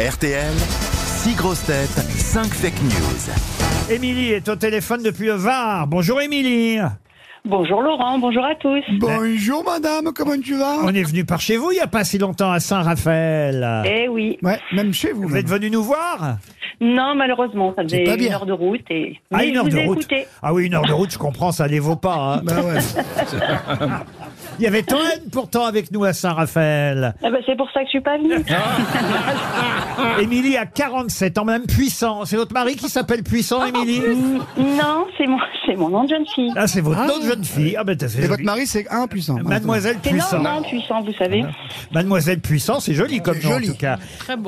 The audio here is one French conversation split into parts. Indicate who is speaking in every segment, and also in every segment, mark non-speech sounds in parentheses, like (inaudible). Speaker 1: RTL, 6 grosses têtes, 5 fake news.
Speaker 2: Émilie est au téléphone depuis le Var. Bonjour Émilie.
Speaker 3: Bonjour Laurent, bonjour à tous.
Speaker 4: Ben, Bonjour madame, comment tu vas
Speaker 2: On est venu par chez vous il n'y a pas si longtemps à Saint-Raphaël.
Speaker 3: Eh oui.
Speaker 4: Ouais, même chez vous.
Speaker 2: Vous êtes venu nous voir
Speaker 3: Non, malheureusement, ça
Speaker 4: C'est pas
Speaker 3: faisait
Speaker 4: bien.
Speaker 3: une heure de route et.
Speaker 2: À
Speaker 3: Mais
Speaker 2: une
Speaker 3: je
Speaker 2: heure
Speaker 3: vous
Speaker 2: de
Speaker 3: ai
Speaker 2: route.
Speaker 3: écouté.
Speaker 2: Ah oui, une heure de route, je comprends, ça les vaut pas. hein.
Speaker 4: Bah (laughs) ouais.
Speaker 2: Il y avait Toen pourtant avec nous à Saint-Raphaël.
Speaker 3: Ah bah, c'est pour ça que je suis pas
Speaker 2: (laughs)
Speaker 3: venue. Ah.
Speaker 2: Émilie a 47 ans, même Puissant. C'est votre mari qui s'appelle
Speaker 3: Ah,
Speaker 2: Puissant, Émilie
Speaker 3: non, c'est mon, c'est mon nom de jeune fille.
Speaker 2: Ah, c'est votre
Speaker 4: Ah.
Speaker 2: autre jeune fille. Ah ben, t'as- c'est
Speaker 4: Et
Speaker 2: joli.
Speaker 4: votre mari, c'est impuissant.
Speaker 2: Mademoiselle
Speaker 3: C'est
Speaker 2: Puissant.
Speaker 3: normalement puissant, vous savez.
Speaker 2: Mademoiselle Puissant, c'est joli comme nom
Speaker 4: joli.
Speaker 2: en tout cas.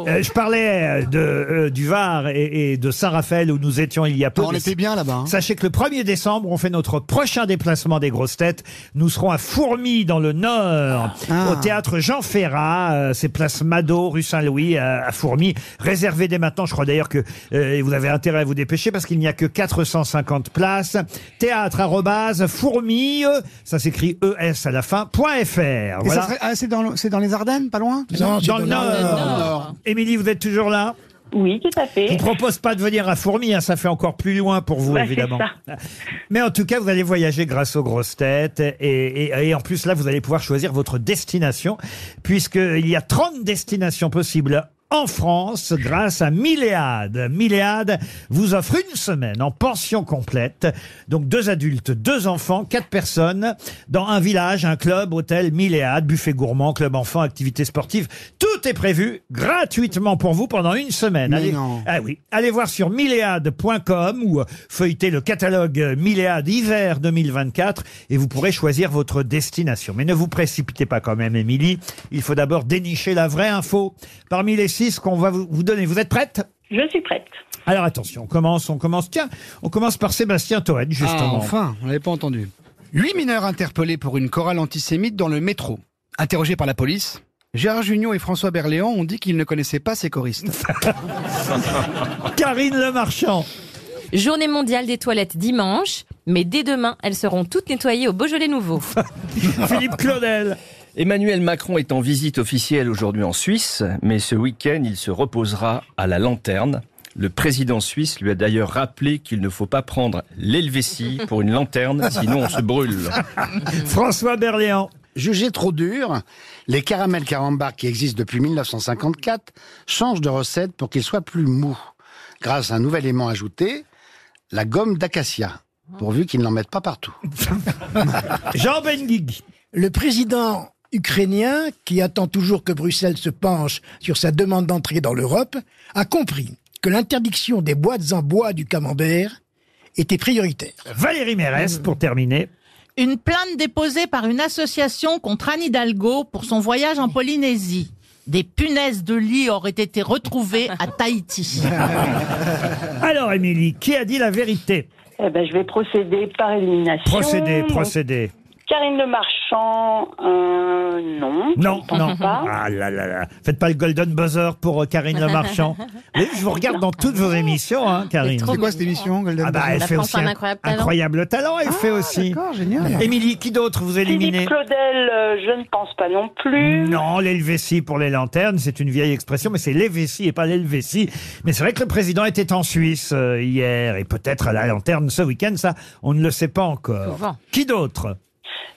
Speaker 2: Euh, je parlais euh, de, euh, du Var et, et de Saint-Raphaël où nous étions il y a peu.
Speaker 4: On
Speaker 2: mais
Speaker 4: était bien là-bas. hein.
Speaker 2: Sachez que le 1er décembre, on fait notre prochain déplacement des grosses têtes. Nous serons à Fourmi, dans le Nord,
Speaker 4: Ah.
Speaker 2: au théâtre Jean Ferrat. euh, c'est place Mado, rue Saint-Louis, euh, à, à Fourmi. Réservez dès maintenant. Je crois d'ailleurs que euh, vous avez intérêt à vous dépêcher parce qu'il n'y a que 450 places. Théâtre arrobase Fourmi, euh, ça s'écrit ES à la fin, point .fr.
Speaker 4: Et
Speaker 2: Voilà.
Speaker 4: ça serait- ah, c'est dans, le- c'est dans les Ardennes, pas loin
Speaker 2: Non, dans le Nord. Émilie, vous êtes toujours là
Speaker 3: Oui, tout à
Speaker 2: je
Speaker 3: fait.
Speaker 2: vous propose pas de venir à Fourmi, hein, ça fait encore plus loin pour vous,
Speaker 3: Bah, c'est
Speaker 2: évidemment.
Speaker 3: ça.
Speaker 2: (laughs) Mais en tout cas, vous allez voyager grâce aux grosses têtes. Et, et- et en plus, là, vous allez pouvoir choisir votre destination, puisqu'il y a 30 destinations possibles. En France, grâce à Milléade. Milléade vous offre une semaine en pension complète. Donc deux adultes, deux enfants, quatre personnes dans un village, un club, hôtel, Milléade, buffet gourmand, club enfant, activités sportives. Tout est prévu gratuitement pour vous pendant une semaine.
Speaker 4: Mais
Speaker 2: allez,
Speaker 4: non.
Speaker 2: ah oui, allez voir sur milléade.com ou euh, feuilletez le catalogue euh, Milléade hiver 2024 et vous pourrez choisir votre destination. Mais ne vous précipitez pas quand même, Émilie. Il faut d'abord dénicher la vraie info parmi les six qu'on va vous vous donner. Vous êtes prête
Speaker 3: Je suis prête.
Speaker 2: Alors attention, on commence, on commence. Tiens, on commence par Sébastien Toen,
Speaker 4: Ah,
Speaker 2: justement.
Speaker 4: enfin, on l'avait pas entendu. Huit mineurs interpellés pour une chorale antisémite dans le métro. Interrogés par la police, Gérard Junior et François Berléand ont dit qu'ils ne connaissaient pas ces choristes.
Speaker 2: Karine Le Marchand.
Speaker 5: Journée mondiale des toilettes dimanche, mais dès demain, elles seront toutes nettoyées au Beaujolais Nouveau.
Speaker 2: Philippe Claudel.
Speaker 6: Emmanuel Macron est en visite officielle aujourd'hui en Suisse, mais ce week-end, il se reposera à la lanterne. Le président suisse lui a d'ailleurs rappelé qu'il ne faut pas prendre (laughs) l'Helvétie pour une lanterne, sinon on se brûle.
Speaker 2: François Berléand.
Speaker 7: Jugés trop durs, les caramels carambar qui existent depuis 1954 changent de recette pour qu'ils soient plus mous, grâce à un nouvel élément ajouté, la gomme d'acacia, pourvu qu'ils n'en mettent pas partout.
Speaker 2: Jean Benguigui.
Speaker 8: Le président ukrainien, qui attend toujours que Bruxelles se penche sur sa demande d'entrée dans l'Europe, a compris que l'interdiction des boîtes en bois du camembert était prioritaire.
Speaker 2: Valérie Mérès, pour terminer.
Speaker 9: Une plainte déposée par une association contre Anne Hidalgo pour son voyage en Polynésie. Des punaises de lit auraient été retrouvées à
Speaker 8: (laughs)
Speaker 9: Tahiti.
Speaker 2: Alors, Émilie, qui a dit la vérité
Speaker 3: Eh ben, je vais procéder par élimination.
Speaker 2: Procédez,
Speaker 3: Donc,
Speaker 2: procédez.
Speaker 3: Karine Le Marchand, euh, non.
Speaker 2: Non,
Speaker 3: je ne
Speaker 2: non.
Speaker 3: pense Pas.
Speaker 2: Ah là là là. Faites pas le golden buzzer pour euh, Karine Le
Speaker 5: (laughs)
Speaker 2: Marchand. Vous voyez, je vous regarde dans toutes vos émissions, hein, Karine.
Speaker 4: C'est quoi cette émission, Golden
Speaker 2: Ah bah, elle
Speaker 5: La
Speaker 2: fait
Speaker 5: France
Speaker 2: aussi
Speaker 5: a un
Speaker 2: un-
Speaker 5: incroyable talent.
Speaker 2: talent, elle fait aussi.
Speaker 4: Ah, D'accord, génial.
Speaker 2: Émilie, qui d'autre vous éliminez
Speaker 3: Philippe Claudel, euh, je ne pense pas non plus.
Speaker 2: Non, l'Helvétie pour les lanternes, c'est une vieille expression, mais c'est l'Helvétie et pas l'Helvétie. Mais c'est vrai que le président était en Suisse euh, hier et peut-être à la lanterne ce week-end, ça, on ne le sait pas encore.
Speaker 5: Souvent.
Speaker 2: Qui d'autre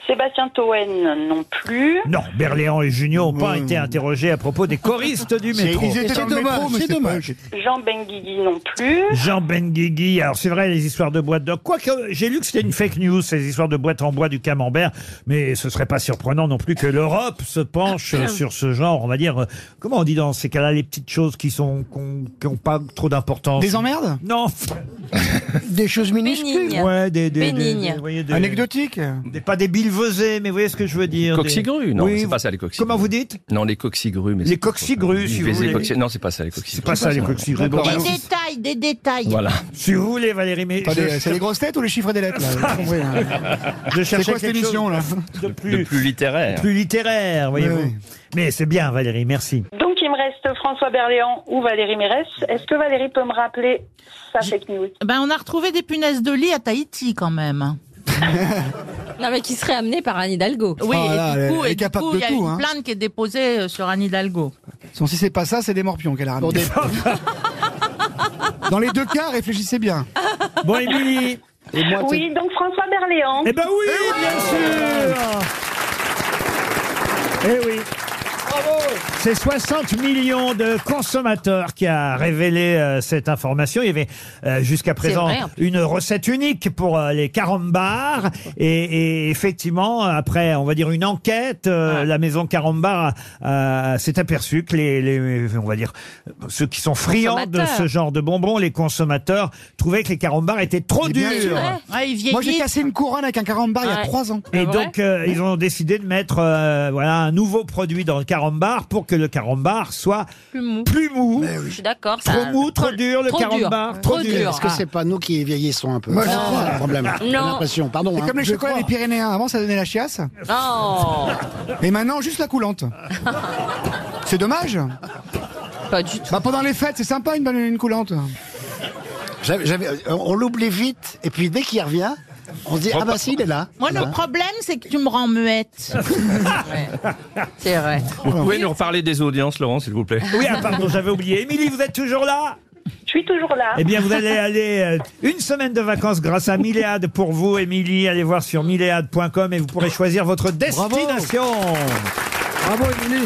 Speaker 3: Sébastien Toen, non plus.
Speaker 2: Non, Berléand et Junior n'ont pas été interrogés à propos des choristes du métro.
Speaker 4: Mmh. Ils étaient
Speaker 8: C'est
Speaker 4: dans le
Speaker 8: dommage,
Speaker 4: métro, mais
Speaker 8: c'est
Speaker 4: c'est
Speaker 8: dommage.
Speaker 4: pas-
Speaker 3: Jean Benguigui, non plus.
Speaker 2: Jean Benguigui, alors c'est vrai les histoires de boîtes de... Quoique j'ai lu que c'était une fake news, ces histoires de boîtes en bois du camembert, mais ce serait pas surprenant non plus que l'Europe se penche euh, sur ce genre, on va dire, euh, comment on dit dans ces cas-là, les petites choses qui sont qu'on- qui n'ont pas trop d'importance.
Speaker 4: Des emmerdes
Speaker 2: Non,
Speaker 8: Des choses minuscules.
Speaker 5: Bénigne.
Speaker 2: ouais, des... des, des,
Speaker 5: Bénigne.
Speaker 2: des- voyez, des-
Speaker 4: Anecdotiques
Speaker 2: des- Pas des bilvesés, mais vous voyez ce que je veux dire. des-
Speaker 6: Coxigrues Non,
Speaker 2: Oui,
Speaker 6: c'est pas ça les coxigrues.
Speaker 2: Comment vous dites
Speaker 6: Non, les coxigrues. Mais
Speaker 2: Les
Speaker 6: c'est pas-
Speaker 2: coxigrues, si vous
Speaker 6: Les
Speaker 2: voulez.
Speaker 6: coxi- Non, c'est pas ça les coxigrues.
Speaker 2: C'est pas ça les coxigrues. Bon,
Speaker 9: Des
Speaker 2: alors,
Speaker 9: détails, des détails.
Speaker 6: Voilà.
Speaker 2: si vous voulez Valérie, mais
Speaker 4: Attendez,
Speaker 2: je,
Speaker 4: C'est les grosses têtes ou les chiffres des lettres là (laughs) J'ai pas compris, là.
Speaker 2: je
Speaker 4: C'est
Speaker 2: cherchais
Speaker 4: quoi cette
Speaker 2: quelque chose
Speaker 4: émission là
Speaker 2: de
Speaker 6: Le
Speaker 2: plus,
Speaker 6: plus littéraire.
Speaker 2: plus littéraire, voyez-vous.
Speaker 4: Oui, oui.
Speaker 2: Mais c'est bien Valérie, merci.
Speaker 3: Donc il me reste François Berléand ou Valérie Mérès. Est-ce que Valérie peut me rappeler sa fake news
Speaker 9: Ben, on a retrouvé des punaises de lit à Tahiti quand même.
Speaker 5: Non, mais qui serait amené par Anne Hidalgo.
Speaker 9: Oui,
Speaker 4: Oh là,
Speaker 9: et
Speaker 4: elle
Speaker 9: du coup,
Speaker 4: est
Speaker 9: et du
Speaker 4: capable
Speaker 9: coup,
Speaker 4: de
Speaker 9: il y a
Speaker 4: tout,
Speaker 9: une
Speaker 4: hein.
Speaker 9: plainte qui est déposée euh, sur Anne Hidalgo.
Speaker 4: Sinon, si c'est pas ça, c'est des morpions qu'elle a ramenés. (laughs) Dans les deux cas, réfléchissez bien.
Speaker 2: Bon, Émilie
Speaker 4: Et moi, tu sais-
Speaker 3: Oui, donc François Berléand.
Speaker 2: Eh ben oui, bien sûr Eh oui c'est 60 millions de consommateurs qui a révélé euh, cette information. Il y avait euh, jusqu'à présent
Speaker 5: vrai, en plus.
Speaker 2: une recette unique pour euh, les carambars. Et, et effectivement, après, on va dire une enquête, euh, la maison carambar euh, s'est aperçue que les, les- on va dire, ceux qui sont friands de
Speaker 5: Consommateurs.
Speaker 2: ce genre de bonbons, les consommateurs, trouvaient que les carambars étaient trop
Speaker 4: Eh bien,
Speaker 2: durs.
Speaker 4: sûr.
Speaker 9: Ouais, il
Speaker 4: Moi, j'ai
Speaker 9: vieillit.
Speaker 4: cassé une couronne avec un carambar il y
Speaker 5: Ouais.
Speaker 4: a trois ans.
Speaker 2: Et
Speaker 5: Ah ouais
Speaker 2: donc, euh, ils ont décidé de mettre euh, voilà, un nouveau produit dans le carambar pour que le carambar soit
Speaker 5: Plus mou.
Speaker 2: plus mou.
Speaker 5: Je suis d'accord.
Speaker 2: Trop
Speaker 5: ça-
Speaker 2: mou, trop dur, le
Speaker 5: trop dur.
Speaker 2: carambar, trop,
Speaker 5: Trop
Speaker 2: dur.
Speaker 5: dur.
Speaker 7: Est-ce que
Speaker 5: Ah.
Speaker 7: c'est pas nous qui vieillissons un peu
Speaker 8: Moi,
Speaker 7: C'est
Speaker 8: je crois.
Speaker 7: ça le problème. J'ai l'impression, pardon.
Speaker 4: C'est
Speaker 7: hein.
Speaker 4: comme les
Speaker 7: Je
Speaker 4: chocolats
Speaker 7: crois.
Speaker 4: des Pyrénéens. Avant, ça donnait la chiasse.
Speaker 5: Oh,
Speaker 4: Et maintenant, juste la coulante. C'est dommage.
Speaker 5: pas du tout.
Speaker 4: Bah, pendant les fêtes, c'est sympa une, bonne- une coulante.
Speaker 7: J'avais- j'avais- on on l'oublie vite, et puis dès qu'il revient, on se dit Ah bah si, il est là.
Speaker 9: Moi, le
Speaker 7: Voilà.
Speaker 9: problème, c'est que tu me rends muette.
Speaker 5: C'est vrai.
Speaker 6: Vous pouvez nous reparler des audiences, Laurent, s'il vous plaît
Speaker 2: Oui, ah, pardon, j'avais oublié. Émilie, vous êtes toujours là
Speaker 3: Je suis toujours là.
Speaker 2: Eh bien, vous allez aller euh, une semaine de vacances grâce à Milléade pour vous, Émilie. Allez voir sur milléade.com et vous pourrez choisir votre destination.
Speaker 4: Bravo, Émilie.